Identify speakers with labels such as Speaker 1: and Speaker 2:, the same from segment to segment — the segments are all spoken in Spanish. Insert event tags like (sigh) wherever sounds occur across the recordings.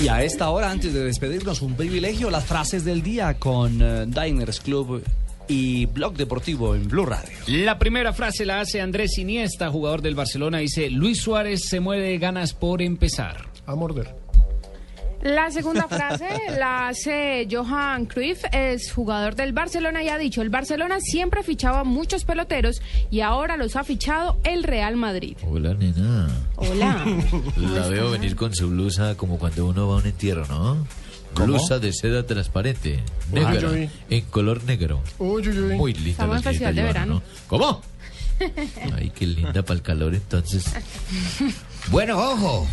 Speaker 1: Y a esta hora, antes de despedirnos, un privilegio, las frases del día con eh, Diners Club y Blog Deportivo en Blue Radio.
Speaker 2: La primera frase la hace Andrés Iniesta, jugador del Barcelona. Dice, Luis Suárez se muere de ganas por empezar.
Speaker 3: A morder.
Speaker 4: La segunda frase (laughs) la hace Johan Cruyff, es jugador del Barcelona y ha dicho, el Barcelona siempre fichaba muchos peloteros y ahora los ha fichado el Real Madrid.
Speaker 5: Hola, nena.
Speaker 4: Hola.
Speaker 5: La veo venir con su blusa como cuando uno va a un entierro, ¿no? Blusa de seda transparente, negra,
Speaker 3: yo vi.
Speaker 5: en color negro.
Speaker 3: Uy, uy, uy.
Speaker 5: Muy linda
Speaker 4: Estamos
Speaker 5: la
Speaker 4: en
Speaker 5: señorita
Speaker 4: festival de
Speaker 5: Joana,
Speaker 4: verano.
Speaker 5: ¿no? ¿Cómo? Ay, qué linda para el calor entonces.
Speaker 6: Bueno, ojo,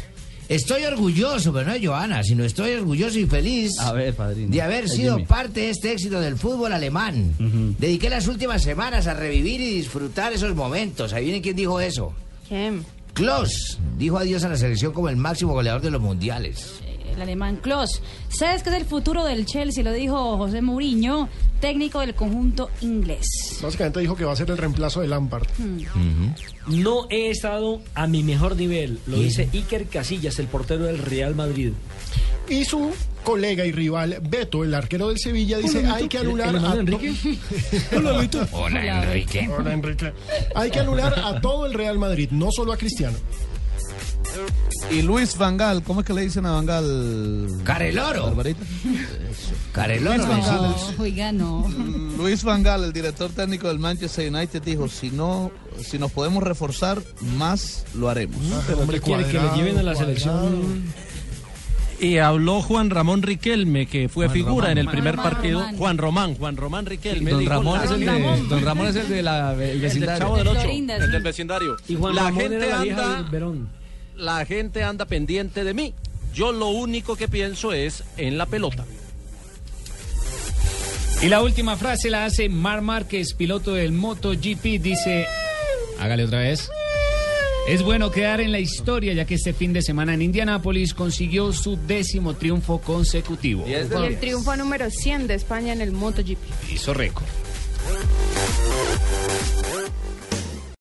Speaker 6: estoy orgulloso, pero no de Johanna, sino estoy orgulloso y feliz
Speaker 1: A ver, padrino.
Speaker 6: de haber
Speaker 1: Eh,
Speaker 6: sido
Speaker 1: Jimmy.
Speaker 6: parte de este éxito del fútbol alemán. Dediqué las últimas semanas a revivir y disfrutar esos momentos. Ahí viene quien dijo eso.
Speaker 4: ¿Quién?
Speaker 6: Klaus dijo adiós a la selección como el máximo goleador de los mundiales.
Speaker 7: el alemán Kloss. ¿Sabes qué es el futuro del Chelsea? Lo dijo José Mourinho, técnico del conjunto inglés.
Speaker 3: Básicamente dijo que va a ser el reemplazo de Lampard.
Speaker 8: No he estado a mi mejor nivel, lo dice Iker Casillas, el portero del Real Madrid.
Speaker 3: Y su colega y rival Beto, el arquero del Sevilla, dice hay que anular
Speaker 8: ¿El- el
Speaker 3: a
Speaker 8: hermano
Speaker 3: to-
Speaker 8: Enrique?
Speaker 7: Hola, Enrique.
Speaker 3: Hola, Enrique. Hay que anular a todo el Real Madrid, no solo a Cristiano.
Speaker 9: Y Luis Vangal, ¿cómo es que le dicen a Vangal?
Speaker 6: Careloro. Careloro.
Speaker 7: No, oiga, no.
Speaker 9: Luis Vangal, el director técnico del Manchester United, dijo, si no, si nos podemos reforzar, más lo haremos.
Speaker 3: Hombre,
Speaker 8: ¿Quiere que lo
Speaker 3: cuadrado,
Speaker 8: lleven a la
Speaker 3: cuadrado.
Speaker 8: selección? Y habló Juan Ramón Riquelme, que fue figura en el primer
Speaker 7: Román,
Speaker 8: partido.
Speaker 7: Román.
Speaker 8: Juan Román, Juan Román Riquelme.
Speaker 1: Don
Speaker 8: dijo
Speaker 1: Ramón,
Speaker 8: la-
Speaker 1: es el de,
Speaker 7: Ramón.
Speaker 1: don Ramón es el de la el
Speaker 8: el del
Speaker 1: vecindario.
Speaker 8: Chavo del Ocho.
Speaker 7: Florinda, sí.
Speaker 10: vecindario.
Speaker 8: Y Juan
Speaker 10: la
Speaker 8: Ramón
Speaker 10: gente
Speaker 8: era la vieja
Speaker 10: anda-
Speaker 8: del Verón.
Speaker 10: La gente anda pendiente de mí. Yo lo único que pienso es en la pelota.
Speaker 2: Y la última frase la hace Mar Márquez, piloto del MotoGP. Dice, hágale otra vez. Es bueno quedar en la historia ya que este fin de semana en Indianápolis consiguió su décimo triunfo consecutivo.
Speaker 4: Y el triunfo número 100 de España en el MotoGP.
Speaker 2: Hizo récord.